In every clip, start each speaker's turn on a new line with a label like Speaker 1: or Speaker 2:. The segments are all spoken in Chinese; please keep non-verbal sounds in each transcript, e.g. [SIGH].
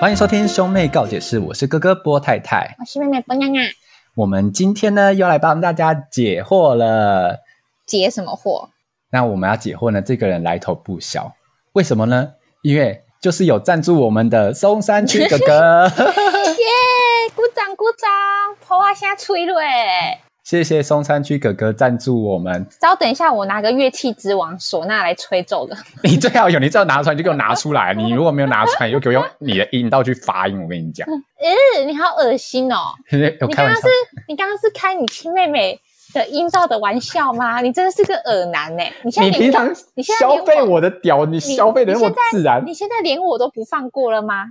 Speaker 1: 欢迎收听兄妹告解室，我是哥哥波太太。
Speaker 2: 我是妹妹波娘啊，
Speaker 1: 我们今天呢要来帮大家解惑了。
Speaker 2: 解什么 [LAUGHS] 惑？
Speaker 1: 那我们要解惑呢，这个人来头不小，为什么呢？因为就是有赞助我们的松山区哥哥，
Speaker 2: 耶！鼓掌鼓掌，婆啊下吹了哎！
Speaker 1: 谢谢松山区哥哥赞助我们。
Speaker 2: 稍等一下，我拿个乐器之王唢呐来吹奏 [LAUGHS] 的。
Speaker 1: 你最好有，你只要拿出来你就给我拿出来，你如果没有拿出来，你就给我用你的引导去发音。我跟你讲，
Speaker 2: 呃，你好恶心哦！
Speaker 1: 我
Speaker 2: 你
Speaker 1: 开
Speaker 2: 刚
Speaker 1: 玩
Speaker 2: 刚
Speaker 1: 笑
Speaker 2: 是，你刚刚是开你亲妹妹的阴道的玩笑吗？你真的是个恶男哎！你现在
Speaker 1: 你
Speaker 2: 连
Speaker 1: 平常
Speaker 2: 你现在连
Speaker 1: 消费我的屌，你
Speaker 2: 你
Speaker 1: 消费的那
Speaker 2: 你
Speaker 1: 么
Speaker 2: 现在
Speaker 1: 自然，
Speaker 2: 你现在连我都不放过了吗？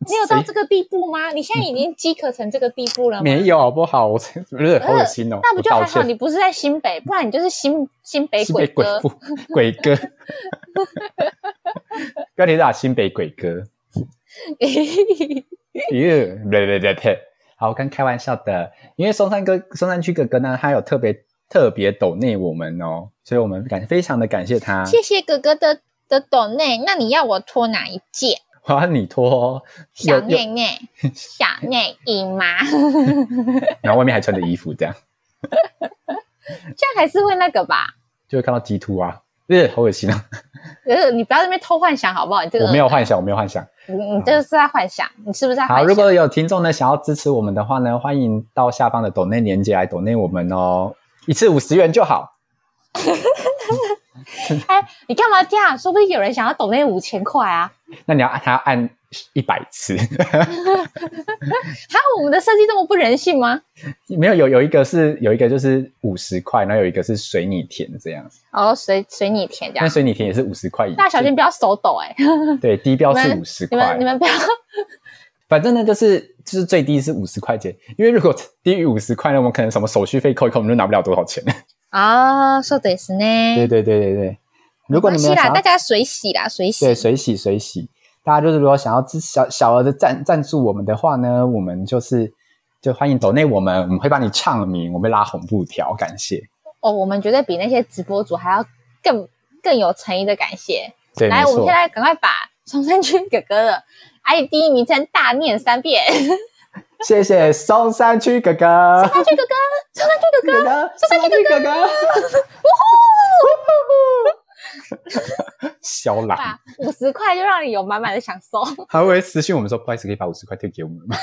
Speaker 2: 你有到
Speaker 1: 谁
Speaker 2: 这个地步吗？你现在已经饥渴成这个地步了吗？
Speaker 1: 没有好不好？我真不是好恶心哦，
Speaker 2: 那不就
Speaker 1: 我
Speaker 2: 还
Speaker 1: 道
Speaker 2: 好？
Speaker 1: 歉。
Speaker 2: 你不是在新北，不然你就是新新北
Speaker 1: 新北
Speaker 2: 鬼
Speaker 1: 鬼
Speaker 2: 哥。
Speaker 1: 父鬼哥，标题打新北鬼哥，耶，对对对对，好，我刚开玩笑的，因为松山哥松山区哥哥呢，他有特别特别抖内我们哦，所以我们感非常的感谢他。
Speaker 2: [LAUGHS] 谢谢哥哥的的抖内，那你要我脱哪一件？
Speaker 1: 我要你脱哦，
Speaker 2: 小
Speaker 1: 有有
Speaker 2: 内内，小内衣吗？ [LAUGHS]
Speaker 1: 然后外面还穿着衣服，这样
Speaker 2: 这样还是会那个吧？
Speaker 1: 就会看到鸡突啊，耶，好恶心啊！
Speaker 2: 呃，你不要在那边偷幻想好不好？你这个
Speaker 1: 我没有幻想，我没有幻想。
Speaker 2: 你，你这个是在幻想，你是不是在幻
Speaker 1: 好，
Speaker 2: 想？
Speaker 1: 如果有听众呢想要支持我们的话呢，欢迎到下方的抖内链接来抖内我们哦，一次五十元就好。
Speaker 2: 哎，你干嘛这样？说不定有人想要抖那五千块啊！
Speaker 1: 那你要按，他要按一百次， [LAUGHS]
Speaker 2: 哈，我们的设计这么不人性吗？
Speaker 1: 没有有有一个是有一个就是五十块，然后有一个是随你填这样，
Speaker 2: 哦，随随你填这
Speaker 1: 但
Speaker 2: 样。
Speaker 1: 随你填也是五十块以
Speaker 2: 那啊小心不要手抖哎、
Speaker 1: 对，低标是
Speaker 2: 你
Speaker 1: 五十
Speaker 2: [LAUGHS] 你
Speaker 1: 块
Speaker 2: 们你，
Speaker 1: [LAUGHS]
Speaker 2: 们不要
Speaker 1: 反正呢就是就是最低是五十块钱，因为如果低于五十块呢，我们可能什么手续费扣一扣，我们就拿不了多少钱。
Speaker 2: 哎啊，说的是呢。
Speaker 1: 对对对对对，如果你们
Speaker 2: 没关系
Speaker 1: 有想
Speaker 2: 啦，
Speaker 1: 要
Speaker 2: 大家水洗啦，水洗。
Speaker 1: 对，水洗水洗。大家就是如果想要支小小额的赞赞助我们的话呢，我们就是就欢迎抖内我们，我们会帮你唱名，我们会拉红布条，感谢。
Speaker 2: 哦，我们绝对比那些直播主还要更更有诚意的感谢。
Speaker 1: 对，
Speaker 2: 来，
Speaker 1: 没
Speaker 2: 我们
Speaker 1: 错
Speaker 2: 现在赶快把松山区哥哥的 ID 名称大念三遍。 [LAUGHS]
Speaker 1: 谢谢松山区哥哥，
Speaker 2: 松山区哥哥，松山区哥哥，
Speaker 1: 哥哥，松山区哥哥，小懒
Speaker 2: 把五十块就让你有满满的享受。
Speaker 1: 他会私信我们说，不好意思，可以把五十块退给我们吗？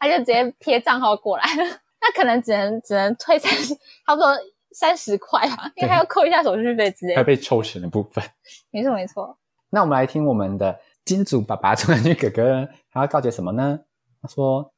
Speaker 2: 他就直接贴账号过来，那可能只能只能退三十，差不多三十块吧，因为还要扣一下手续费之类
Speaker 1: 还
Speaker 2: 的。
Speaker 1: 被抽成的部分。
Speaker 2: 没错没错，
Speaker 1: 那我们来听我们的金主爸爸中去哥哥，他要告诫什么呢？他说：“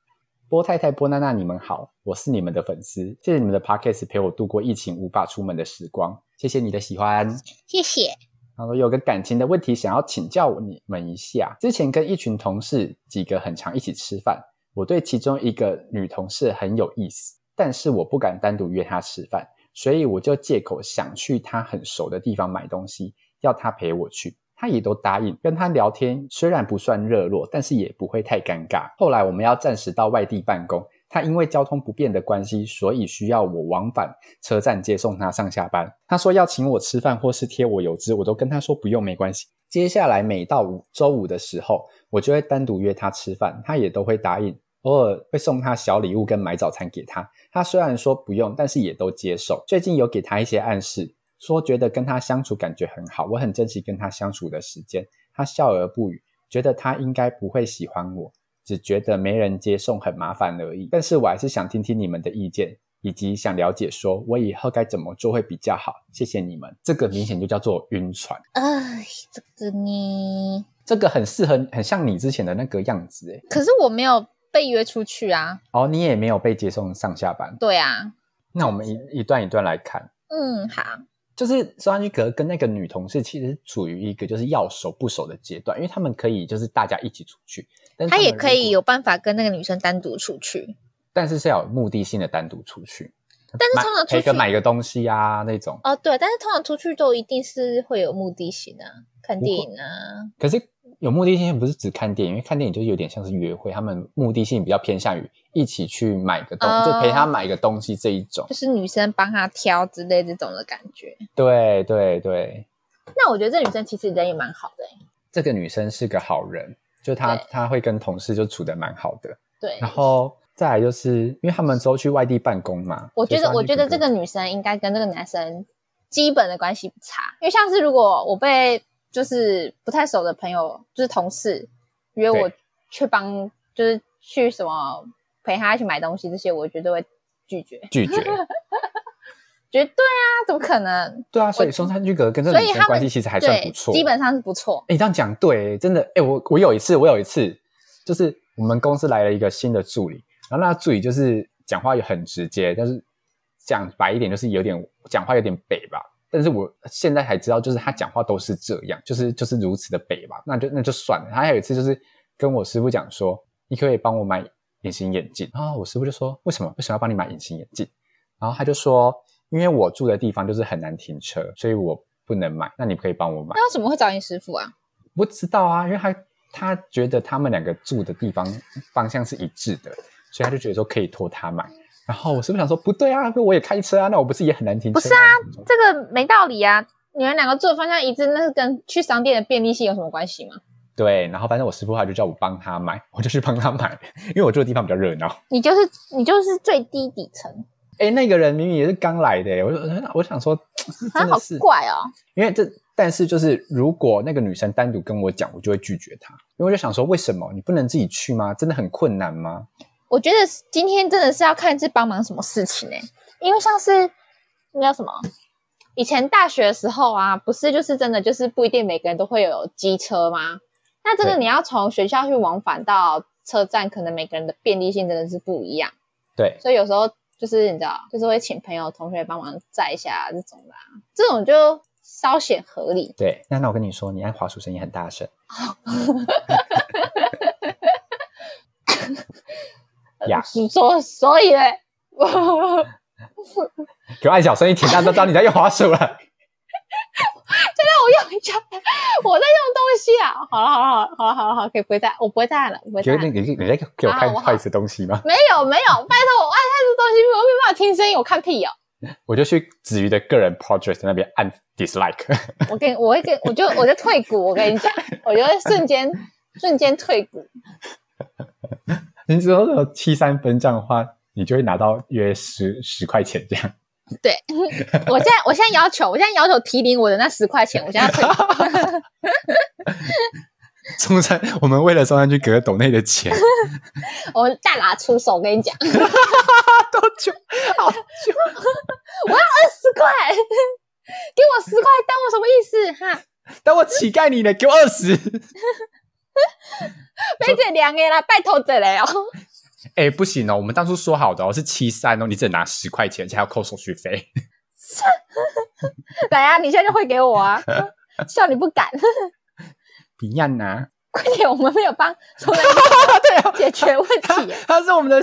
Speaker 1: 波太太、波娜娜，你们好，我是你们的粉丝，谢谢你们的 podcast 陪我度过疫情无法出门的时光，谢谢你的喜欢。”
Speaker 2: 谢谢。
Speaker 1: 他说有个感情的问题想要请教你们一下。之前跟一群同事几个很常一起吃饭，我对其中一个女同事很有意思，但是我不敢单独约她吃饭，所以我就借口想去她很熟的地方买东西，要她陪我去。她也都答应跟她聊天，虽然不算热络，但是也不会太尴尬。后来我们要暂时到外地办公，她因为交通不便的关系，所以需要我往返车站接送他上下班。他说要请我吃饭或是贴我邮资，我都跟他说不用，没关系。接下来每到五周五的时候，我就会单独约他吃饭，他也都会答应，偶尔会送他小礼物跟买早餐给他。他虽然说不用，但是也都接受。最近有给他一些暗示，说觉得跟他相处感觉很好，我很珍惜跟他相处的时间。他笑而不语，觉得他应该不会喜欢我，只觉得没人接送很麻烦而已。但是我还是想听听你们的意见，以及想了解说我以后该怎么做会比较好。谢谢你们，这个明显就叫做晕船，
Speaker 2: 哎，这个呢？
Speaker 1: 这个很适合，很像你之前的那个样子诶。
Speaker 2: 可是我没有被约出去啊。
Speaker 1: 哦，你也没有被接送上下班。
Speaker 2: 对啊，
Speaker 1: 那我们一一段一段来看。
Speaker 2: 嗯，好，
Speaker 1: 就是苏安居格跟那个女同事其实处于一个就是要熟不熟的阶段，因为他们可以就是大家一起出去，但是
Speaker 2: 他也
Speaker 1: 们
Speaker 2: 可以
Speaker 1: 如果，
Speaker 2: 有办法跟那个女生单独出去。
Speaker 1: 但是是要有目的性的单独出去，
Speaker 2: 但是
Speaker 1: 买
Speaker 2: 通常出
Speaker 1: 陪个
Speaker 2: 去
Speaker 1: 买个东西啊那种。
Speaker 2: 哦，对，但是通常出去都一定是会有目的性啊，看电影啊，
Speaker 1: 可是有目的性不是只看电影，因为看电影就是有点像是约会，他们目的性比较偏向于一起去买个东，
Speaker 2: 哦
Speaker 1: 就陪他买个东西这一种
Speaker 2: 就。是女生帮他挑之类这种的感觉。
Speaker 1: 对对对，
Speaker 2: 那我觉得这女生其实人也蛮好的欸、
Speaker 1: 这个女生是个好人，就他
Speaker 2: 对
Speaker 1: 他会跟同事就处的蛮好的。
Speaker 2: 对，
Speaker 1: 然后再来就是因为他们都去外地办公嘛，
Speaker 2: 我觉
Speaker 1: 所以
Speaker 2: 得，
Speaker 1: 说
Speaker 2: 我
Speaker 1: 那
Speaker 2: 觉得这个女生应该跟这个男生基本的关系不差，因为像是如果我被就是不太熟的朋友，就是同事约我
Speaker 1: 对
Speaker 2: 去帮，就是去什么陪他去买东西这些，我绝对会拒绝，
Speaker 1: 拒绝，
Speaker 2: 绝对啊，怎么可能？
Speaker 1: 对啊，所以松山居格跟这个
Speaker 2: 所以
Speaker 1: 女
Speaker 2: 他
Speaker 1: 生
Speaker 2: 们
Speaker 1: 关系其实还算不
Speaker 2: 对，
Speaker 1: 错，
Speaker 2: 基本上是不错。
Speaker 1: 哎，你这样讲对，真的，哎，我我有一次，我有一次，就是我们公司来了一个新的助理，然后那助理就是讲话也很直接，但是讲白一点就是有点讲话有点北吧。但是我现在才知道，就是他讲话都是这样，就是就是如此的北吧。那就那就算了。他还有一次就是跟我师傅讲说，你可不可以帮我买隐形眼镜。然后我师傅就说，为什么为什么要帮你买隐形眼镜？然后他就说，因为我住的地方就是很难停车，所以我不能买。那你可以帮我买。
Speaker 2: 那为什么会找你师傅啊？
Speaker 1: 不知道啊，因为他他觉得他们两个住的地方方向是一致的，所以他就觉得说可以托他买。然后我是不是想说不对啊，我也开车啊，那我不是也很难停车、
Speaker 2: 不是啊，这个没道理啊！你们两个做的方向一致，那是跟去商店的便利性有什么关系吗？
Speaker 1: 对，然后反正我师傅他就叫我帮他买，我就去帮他买，因为我住的地方比较热闹。
Speaker 2: 你就是你就是最低底层
Speaker 1: 哎，那个人明明也是刚来的，我就我想说，嗯
Speaker 2: 啊，
Speaker 1: 真
Speaker 2: 好
Speaker 1: 的是，
Speaker 2: 怪哦！
Speaker 1: 因为这但是就是如果那个女生单独跟我讲，我就会拒绝她，因为我就想说，为什么你不能自己去吗？真的很困难吗？
Speaker 2: 我觉得今天真的是要看是帮忙什么事情呢、欸因为像是那叫什么，以前大学的时候啊，不是就是真的就是不一定每个人都会有机车吗？那真的
Speaker 1: 对
Speaker 2: 你要从学校去往返到车站，可能每个人的便利性真的是不一样，
Speaker 1: 对，
Speaker 2: 所以有时候就是你知道，就是会请朋友同学帮忙载一下这种的啊、这种就稍显合理。
Speaker 1: 对，那那我跟你说，你按滑鼠声音很大声。呀，
Speaker 2: [LAUGHS] 所所以呢， [LAUGHS]
Speaker 1: 给我按小声一点，大家都知道你在用滑鼠 [LAUGHS] 了。
Speaker 2: 我用一下，我在用东西啊！好了好了好了好了好了，可以不会再，我不会再按了，我不会再
Speaker 1: 觉
Speaker 2: 按
Speaker 1: 得
Speaker 2: 了。
Speaker 1: 你你在给我看坏死东西 [LAUGHS] 吗？
Speaker 2: 没有没有，拜托我按太多东西，我没办法听声音，我看屁哦！
Speaker 1: 我就去子瑜的个人 project 那边按 dislike。 [LAUGHS]
Speaker 2: 我跟我会跟我就我就退股，我跟你讲，我就会瞬间瞬间退股。
Speaker 1: 你只要有七三分这样的话，你就会拿到约十十块钱这样。 [LAUGHS]
Speaker 2: 对，我现在我现在要求，我现在要求提领我的那十块钱，我现在退 [LAUGHS] 股。
Speaker 1: 中山，我们为了中山去隔斗内的 [LAUGHS] 钱，
Speaker 2: 我们大打出手，我跟你讲，
Speaker 1: 多久？好久。
Speaker 2: 十块，给我十块，当我什么意思哈？
Speaker 1: 但我乞丐你呢，给我二十。
Speaker 2: 没这两个啦，拜托这嘞哦。
Speaker 1: [LAUGHS] 哎、不行哦，我们当初说好的哦是七三哦，你只能拿十块钱，而且还要扣手续费。
Speaker 2: 来啊，你现在就汇给我啊！笑你不敢，
Speaker 1: [LAUGHS] 不啊要拿。 [LAUGHS]
Speaker 2: 快点，我们没有帮从来没
Speaker 1: 啊
Speaker 2: 有解决问
Speaker 1: [LAUGHS] 他
Speaker 2: 题。
Speaker 1: 他是我们的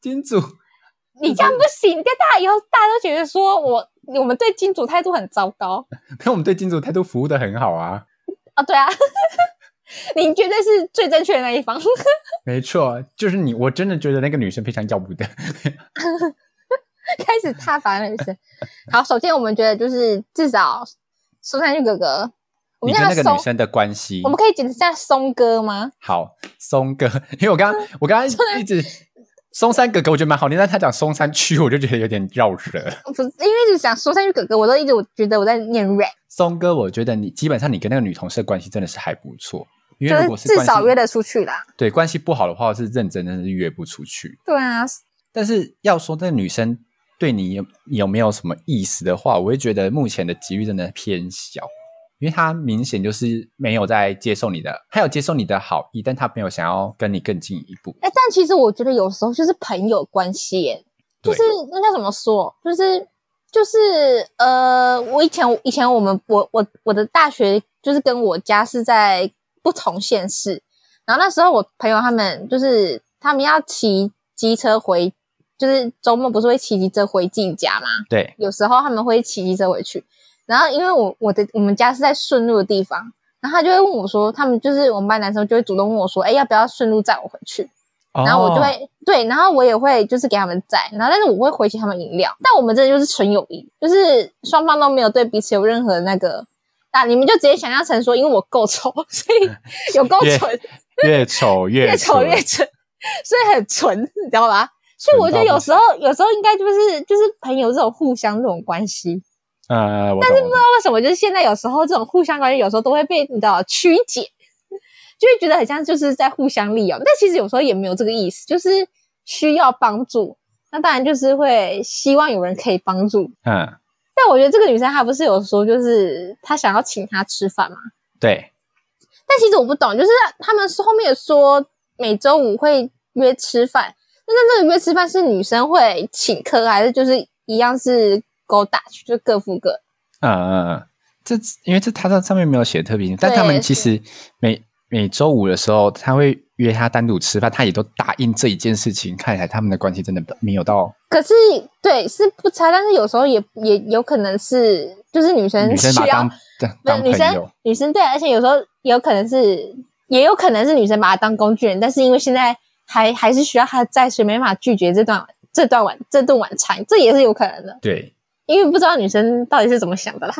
Speaker 1: 金主， [LAUGHS]
Speaker 2: 你这样不行，大家以后大家都觉得说我我们对金主态度很糟糕
Speaker 1: 但我们对金主态度服务的很好啊。
Speaker 2: 啊！对啊， [LAUGHS] 你绝对是最正确的那一方。
Speaker 1: 没错，就是你，我真的觉得那个女生非常要不得。
Speaker 2: 开始踏伐那女生。好，首先我们觉得就是至少松山玉哥哥，我
Speaker 1: 你
Speaker 2: 们叫
Speaker 1: 跟那
Speaker 2: 他
Speaker 1: 个
Speaker 2: 松
Speaker 1: 女，生的关系
Speaker 2: 我们可以简称他松哥吗？
Speaker 1: 好，松哥，因为我
Speaker 2: 嗯
Speaker 1: 刚刚我刚刚一直松山哥哥，我觉得蛮好听，但他讲松山区，我就觉得有点绕舌。
Speaker 2: 不是，因为就想松山玉哥哥，我都一直我觉得我在念 rap，
Speaker 1: 松哥，我觉得你基本上你跟那个女同事的关系真的是还不错，因
Speaker 2: 就
Speaker 1: 为如果
Speaker 2: 是
Speaker 1: 是
Speaker 2: 至
Speaker 1: 关系
Speaker 2: 少约得出去啦。
Speaker 1: 对关系不好的话，是认真真的是约不出去。
Speaker 2: 对啊，
Speaker 1: 但是要说那个女生对你有有没有什么意思的话，我会觉得目前的几率真的偏小，因为她明显就是没有在接受你的，她有接受你的好意，但她没有想要跟你更进一步。
Speaker 2: 哎、但其实我觉得有时候就是朋友关系耶，
Speaker 1: 对
Speaker 2: 就是那叫怎么说，就是就是呃，我以前以前我们我我我的大学就是跟我家是在不同县市，然后那时候我朋友他们就是他们要骑机车回，就是周末不是会骑机车回自己家嘛，
Speaker 1: 对，
Speaker 2: 有时候他们会骑机车回去。然后因为我我的我们家是在顺路的地方，然后他就会问我说，他们就是我们班男生就会主动问我说，哎，要不要顺路载我回去？然后我就会、
Speaker 1: 哦
Speaker 2: 对，然后我也会就是给他们载，然后但是我会回请他们饮料。但我们这就是纯友谊，就是双方都没有对彼此有任 [LAUGHS] 何那个。那你们就直接想象成说，因为我够丑，所以有够
Speaker 1: 也
Speaker 2: 蠢，
Speaker 1: 嗯越丑
Speaker 2: [LAUGHS]
Speaker 1: 越
Speaker 2: 越丑越
Speaker 1: 蠢
Speaker 2: 蠢，所以很纯，你知道吧？所以我觉得有时候，有时候应该就是就是朋友这种互相这种关系，
Speaker 1: 呃，我懂我懂
Speaker 2: 那为什么就是现在有时候这种互相关系，有时候都会被你知道曲解， [LAUGHS] 就会觉得很像就是在互相利用，但其实有时候也没有这个意思，就是需要帮助，那当然就是会希望有人可以帮助。
Speaker 1: 嗯，
Speaker 2: 但我觉得这个女生她不是有说，就是她想要请她吃饭嘛，
Speaker 1: 对，
Speaker 2: 但其实我不懂，就是他们是后面有说每周五会约吃饭，那那那个约吃饭是女生会请客，还是就是一样是勾搭，就是各付各？
Speaker 1: 嗯嗯嗯，这因为这他在上面没有写特别清楚，但他们
Speaker 2: 对
Speaker 1: 其实每每周五的时候，他会约他单独吃饭，他也都答应这一件事情，看起来他们的关系真的没有到
Speaker 2: 可是对是不差，但是有时候也也有可能是就是女生
Speaker 1: 女生把
Speaker 2: 需
Speaker 1: 他
Speaker 2: 要
Speaker 1: 当当
Speaker 2: 不是
Speaker 1: 当
Speaker 2: 女
Speaker 1: 朋友
Speaker 2: 生，女生对，而且有时候也有可能是也有可能是女生把她当工具人，但是因为现在还还是需要她在，所以没办法拒绝这段这段晚这顿晚餐，这也是有可能的，
Speaker 1: 对。
Speaker 2: 因为不知道女生到底是怎么想的啦。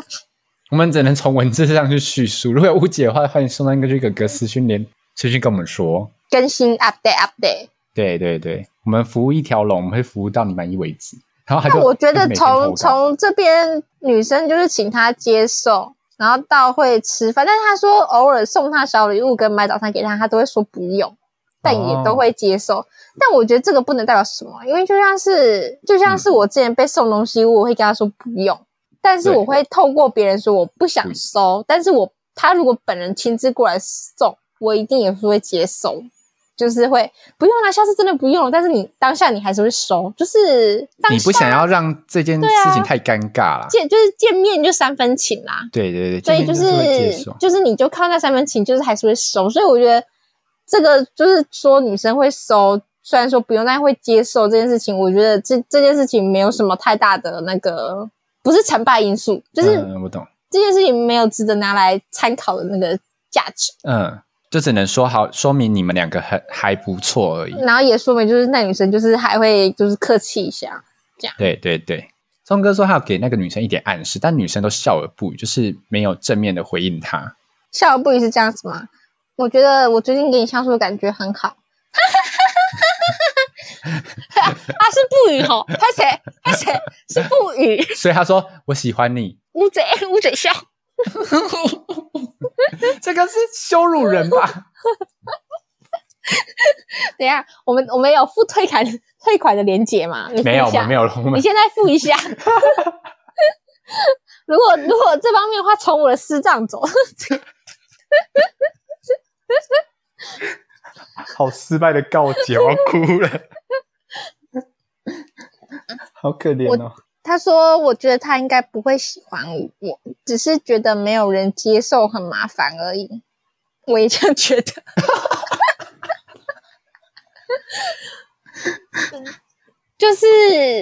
Speaker 1: 我们只能从文字上去叙述，如果有误解的话，欢迎送到那个哥哥私讯连私讯跟我们说。
Speaker 2: 更新 update update。
Speaker 1: 对对对，我们服务一条龙，我们会服务到你满意为止。然后还
Speaker 2: 但
Speaker 1: 就
Speaker 2: 我觉得
Speaker 1: 每天投
Speaker 2: 从
Speaker 1: 稿
Speaker 2: 从这边女生就是请他接受，然后到会吃饭，但是他说偶尔送他小礼物跟买早餐给他，他都会说不用，但
Speaker 1: 哦
Speaker 2: 也都会接受。但我觉得这个不能代表什么，因为就像是就像是我之前被送东西，我会跟他说不用，但是
Speaker 1: 对
Speaker 2: 我会透过别人说我不想
Speaker 1: 嗯
Speaker 2: 收，但是我他如果本人亲自过来送，我一定也是会接收。就是会不用啦，下次真的不用了。但是你当下你还是会收，就是当下
Speaker 1: 你不想要让这件
Speaker 2: 对啊
Speaker 1: 事情太尴尬了。
Speaker 2: 见就是见面就三分情啦，
Speaker 1: 对对对，
Speaker 2: 所以
Speaker 1: 今
Speaker 2: 就
Speaker 1: 天
Speaker 2: 是
Speaker 1: 会接受。
Speaker 2: 就是你就靠那三分情，就是还是会收。所以我觉得这个就是说女生会收，虽然说不用，但会接受这件事情。我觉得这这件事情没有什么太大的那个，不是成败因素，就是
Speaker 1: 嗯，我懂，
Speaker 2: 这件事情没有值得拿来参考的那个价值。
Speaker 1: 嗯，就只能说好，说明你们两个很还不错而已。
Speaker 2: 然后也说明就是那女生就是还会就是客气一下，
Speaker 1: 对对对，钟哥说他要给那个女生一点暗示，但女生都笑而不语，就是没有正面的回应他。
Speaker 2: 笑而不语是这样子吗？我觉得我最近跟你相处的感觉很好。 [LAUGHS] 啊，是不语吼，拍谁？拍谁？是不语，
Speaker 1: 所以他说我喜欢你，
Speaker 2: 捂嘴捂嘴笑。
Speaker 1: 这个是羞辱人吧？
Speaker 2: [LAUGHS] 等一下，我们我们有付退款退款的连结吗？你付
Speaker 1: 没有，
Speaker 2: 一
Speaker 1: 我
Speaker 2: 下
Speaker 1: 们没有，我
Speaker 2: 你
Speaker 1: 们
Speaker 2: 现在付一下。 [LAUGHS] 如果如果这方面的话，从我的私账走。
Speaker 1: 好失败的告解，我要
Speaker 2: [LAUGHS]
Speaker 1: 哭了，好可怜哦。
Speaker 2: 他说：“我觉得他应该不会喜欢我，只是觉得没有人接受很麻烦而已。”我也这样觉得。就是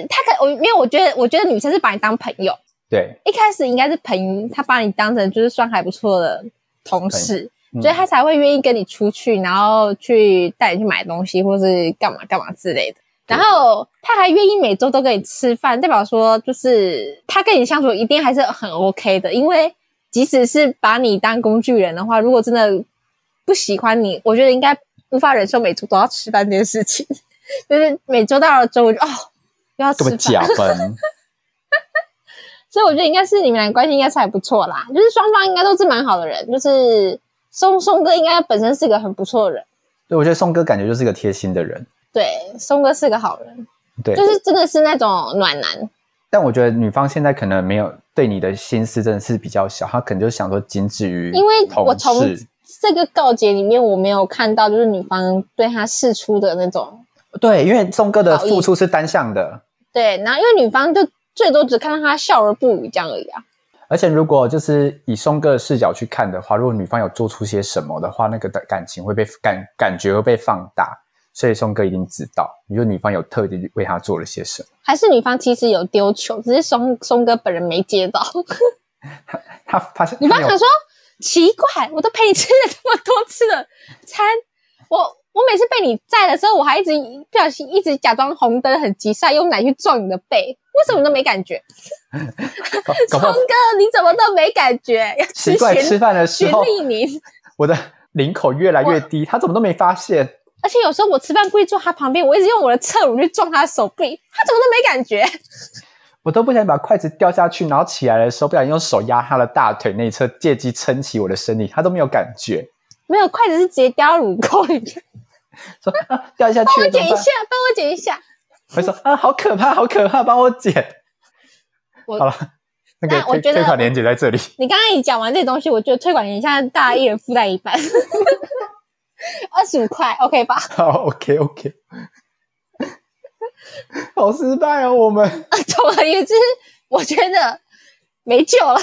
Speaker 2: 他可我因为我觉得，我觉得女生是把你当朋友，
Speaker 1: 对，
Speaker 2: 一开始应该是朋友，他把你当成就是算还不错的同事，
Speaker 1: 嗯
Speaker 2: 所以他才会愿意跟你出去，然后去带你去买东西或是干嘛干嘛之类的。
Speaker 1: 对
Speaker 2: 然后他还愿意每周都跟你吃饭，代表说就是他跟你相处一定还是很 OK 的，因为即使是把你当工具人的话，如果真的不喜欢你，我觉得应该无法忍受每周都要吃饭这件事情。 [LAUGHS] 就是每周到了周五就哦又要吃
Speaker 1: 这么
Speaker 2: 饭， [LAUGHS]
Speaker 1: 假分，
Speaker 2: 所以我觉得应该是你们俩关系应该是还不错啦，就是双方应该都是蛮好的人，就是松松哥应该本身是个很不错的人，
Speaker 1: 对，我觉得宋哥感觉就是个贴心的人，
Speaker 2: 对，松哥是个好人，
Speaker 1: 对，
Speaker 2: 就是真的是那种暖男，
Speaker 1: 但我觉得女方现在可能没有对你的心思真的是比较小，她可能就想说仅止于
Speaker 2: 因为我
Speaker 1: 同
Speaker 2: 从
Speaker 1: 事。
Speaker 2: 这个告解里面我没有看到就是女方对他释出的那种
Speaker 1: 对，因为宋哥的
Speaker 2: 好意
Speaker 1: 付出是单向的，
Speaker 2: 对，然后因为女方就最多只看到他笑而不语这样而已啊，
Speaker 1: 而且如果就是以宋哥的视角去看的话，如果女方有做出些什么的话，那个的感情会被感感觉会被放大，所以宋哥一定知道，你说女方有特地为他做了些什么，
Speaker 2: 还是女方其实有丢球，只是松松哥本人没接
Speaker 1: [LAUGHS]
Speaker 2: 到，
Speaker 1: 他发现
Speaker 2: 你
Speaker 1: 他
Speaker 2: 妈
Speaker 1: 没有
Speaker 2: 想说奇怪，我都陪你吃了这么多次的餐，我我每次被你载的时候，我还一直不小心一直假装红灯很急刹，用奶去撞你的背，为什么你都没感觉？
Speaker 1: 搞搞
Speaker 2: 聪
Speaker 1: 不好
Speaker 2: 哥，你怎么都没感觉？要吃
Speaker 1: 奇怪，吃
Speaker 2: 玄
Speaker 1: 饭的时
Speaker 2: 玄
Speaker 1: 候
Speaker 2: 丽宁，
Speaker 1: 我的领口越来越低，他怎么都没发现？
Speaker 2: 而且有时候我吃饭故意坐他旁边，我一直用我的侧乳去撞他的手臂，他怎么都没感觉。
Speaker 1: [LAUGHS] 我都不想把筷子掉下去，然后起来的时候不小心用手压他的大腿内侧，借机撑起我的身体，他都没有感觉。
Speaker 2: 没有筷子是直接掉到乳沟
Speaker 1: [LAUGHS]
Speaker 2: 里面，
Speaker 1: 说、啊、掉下去，
Speaker 2: 帮我捡一下，帮我捡一下。
Speaker 1: 我说啊，好可怕，好可怕，帮我捡。
Speaker 2: 我
Speaker 1: 好了，那个
Speaker 2: 那我
Speaker 1: 推
Speaker 2: 觉得
Speaker 1: 推款链接在这里。 [LAUGHS]
Speaker 2: 你刚刚一讲完这东西，我觉得推广员现在大家一人负担一半， [LAUGHS] 二十五块，OK 吧？ [LAUGHS]
Speaker 1: 好，OK OK，好失败哦，我们。 [LAUGHS]
Speaker 2: 总而言之，我觉得没救了，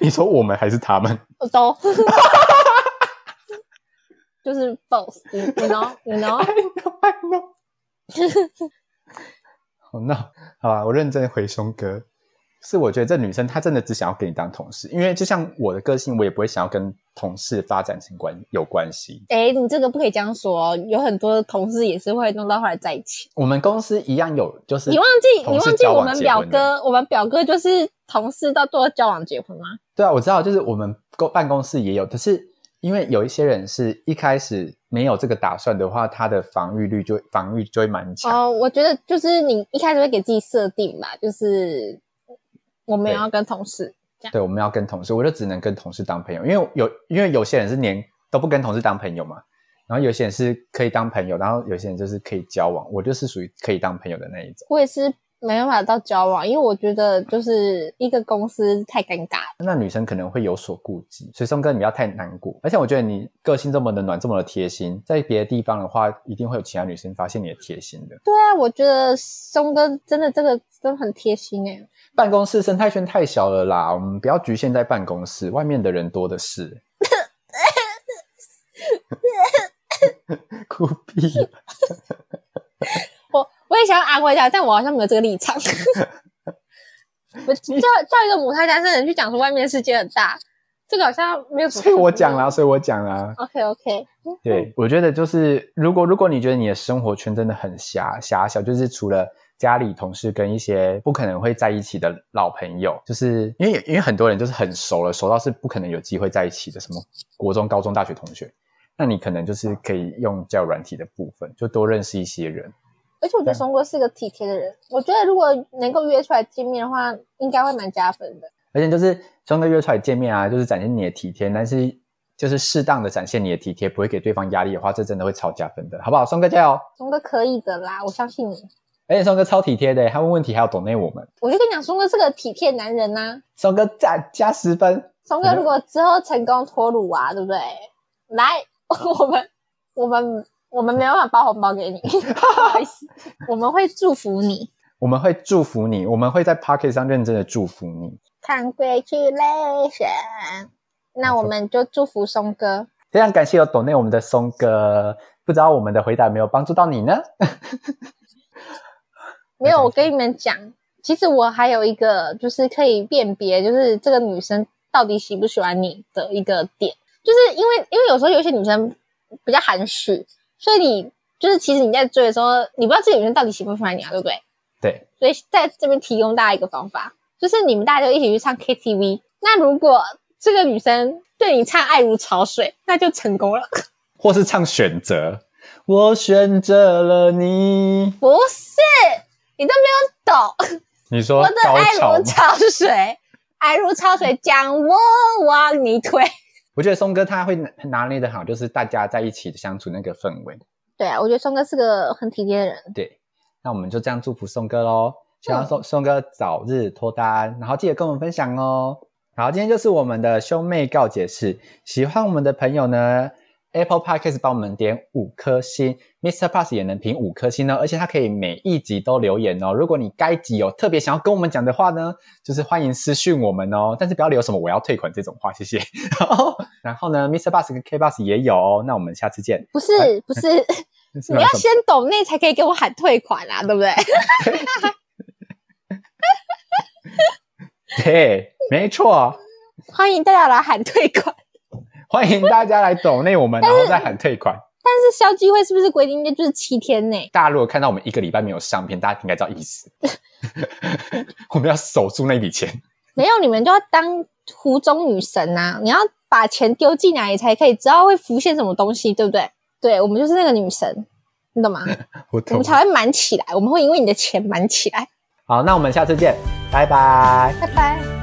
Speaker 1: 你说我们还是他
Speaker 2: [LAUGHS]
Speaker 1: 们？
Speaker 2: 我都。就是 boss，你你 know 你 know，
Speaker 1: I know, I know. [LAUGHS] 好闹，好吧，我认真回松哥。是我觉得这女生她真的只想要跟你当同事，因为就像我的个性，我也不会想要跟同事发展成关有关系。
Speaker 2: 哎、你这个不可以这样说、哦，有很多同事也是会弄到后来在一起。
Speaker 1: 我们公司一样有，就是
Speaker 2: 你忘记
Speaker 1: 同
Speaker 2: 你
Speaker 1: 事
Speaker 2: 忘记
Speaker 1: 交
Speaker 2: 我
Speaker 1: 往
Speaker 2: 们
Speaker 1: 结
Speaker 2: 表
Speaker 1: 婚的
Speaker 2: 哥，我们表哥就是同事到最后交往结婚吗？
Speaker 1: 对啊，我知道，就是我们公办公室也有，可是因为有一些人是一开始没有这个打算的话，他的防御率就防御就会蛮强。
Speaker 2: 哦，我觉得就是你一开始会给自己设定吧，就是我们
Speaker 1: 对
Speaker 2: 要跟同事，
Speaker 1: 对，我们要跟同事，我就只能跟同事当朋友，因为有因为有些人是连都不跟同事当朋友嘛，然后有些人是可以当朋友，然后有些人就是可以交往，我就是属于可以当朋友的那一种。
Speaker 2: 我也是没办法到交往，因为我觉得就是一个公司太尴尬了。
Speaker 1: 那女生可能会有所顾忌，所以松哥你不要太难过。而且我觉得你个性这么的暖，这么的贴心，在别的地方的话，一定会有其他女生发现你的贴心的。
Speaker 2: 对啊，我觉得松哥真的这个真的很贴心哎、
Speaker 1: 办公室生态圈太小了啦，我们不要局限在办公室，外面的人多的是。哭屁！
Speaker 2: 我我也想要安慰他，但我好像没有这个立
Speaker 1: [LAUGHS]
Speaker 2: 场。我叫叫一个母胎单身的人去讲说外面的世界很大，这个好像没有什么。
Speaker 1: 所以我讲。啦，所以我讲啦。
Speaker 2: OK OK，
Speaker 1: 对，我觉得就是，如果如果你觉得你的生活圈真的很狭狭小，就是除了家里同事跟一些不可能会在一起的老朋友，就是因为因为很多人就是很熟了，熟到是不可能有机会在一起的，什么国中、高中、大学同学，那你可能就是可以用交友软体的部分，就多认识一些人。
Speaker 2: 而且我觉得松哥是个体贴的人，我觉得如果能够约出来见面的话，应该会蛮加分的。
Speaker 1: 而且就是双个约出来见面啊，就是展现你的体贴，但是就是适当的展现你的体贴，不会给对方压力的话，这真的会超加分的，好不好？松哥加油！
Speaker 2: 松哥可以的啦，我相信你。
Speaker 1: 而且松哥超体贴的，他问问题还要懂内我们。
Speaker 2: 我就跟你讲，松哥是个体贴男人呐、啊
Speaker 1: 松哥再加十分，
Speaker 2: 松哥如果之后成功脱乳啊，对不对？来，我们我们我们没办法包红包
Speaker 1: [LAUGHS]
Speaker 2: 给你，不好意思，我们会祝福你。
Speaker 1: 我们会祝福你，我们会在 p o c k e t 上认真的祝福你。
Speaker 2: Congratulation！那我们就祝福松哥。
Speaker 1: 非常感谢有懂内我们的松哥，不知道我们的回答有没有帮助到你呢？ [LAUGHS]
Speaker 2: 没有，我跟你们讲，其实我还有一个就是可以辨别，就是这个女生到底喜不喜欢你的一个点，就是因为因为有时候有些女生比较含蓄，所以你就是其实你在追的时候，你不知道这个女生到底喜不喜欢你啊，对不对？
Speaker 1: 对，
Speaker 2: 所以在这边提供大家一个方法，就是你们大家就一起去唱 KTV。那如果这个女生对你唱《爱如潮水》，那就成功了。
Speaker 1: 或是唱选择，我选择了你。
Speaker 2: 不是，你都没有懂，
Speaker 1: 你说
Speaker 2: 我的
Speaker 1: 高
Speaker 2: 爱
Speaker 1: 潮
Speaker 2: 如
Speaker 1: 吗？
Speaker 2: 潮水，爱如潮水将我往你推。
Speaker 1: 我觉得松哥他会拿拿捏的好，就是大家在一起相处那个氛围。
Speaker 2: 对啊，我觉得松哥是个很体贴的人。
Speaker 1: 对，那我们就这样祝福宋哥喽，希望宋宋哥早日脱单，然后记得跟我们分享哦。好，今天就是我们的兄妹告解室，喜欢我们的朋友呢，Apple Podcast 帮我们点五颗星，Mr. Pass 也能评五颗星哦，而且它可以每一集都留言哦。如果你该集有特别想要跟我们讲的话呢，就是欢迎私讯我们哦，但是不要留什么我要退款这种话，谢谢。 [LAUGHS] 然后然后呢，Mr. Bus 跟 K Bus 也有哦，那我们下次见。
Speaker 2: 不是不
Speaker 1: 哎
Speaker 2: 是，
Speaker 1: 你
Speaker 2: 你要先懂内才可以给我喊退款啊，对不对？ [LAUGHS]
Speaker 1: 对，没错。
Speaker 2: 欢迎大家来喊退款。
Speaker 1: 欢迎大家来抖内我们，然后再喊退款。
Speaker 2: 但是消基会是不是规定的就是七天内？
Speaker 1: 大家如果看到我们一个礼拜没有上片，大家应该知道意思。 [LAUGHS] 我们要守住那笔钱。
Speaker 2: 没有，你们就要当湖中女神啊！你要把钱丢进来，你才可以知道会浮现什么东西，对不对？对，我们就是那个女神，你
Speaker 1: [LAUGHS]
Speaker 2: 懂吗？
Speaker 3: 我
Speaker 2: 我
Speaker 3: 懂
Speaker 2: 们。才会瞒起来，我们会因为你的钱瞒起来。
Speaker 1: 好，那我们下次见，拜拜。
Speaker 2: 拜拜。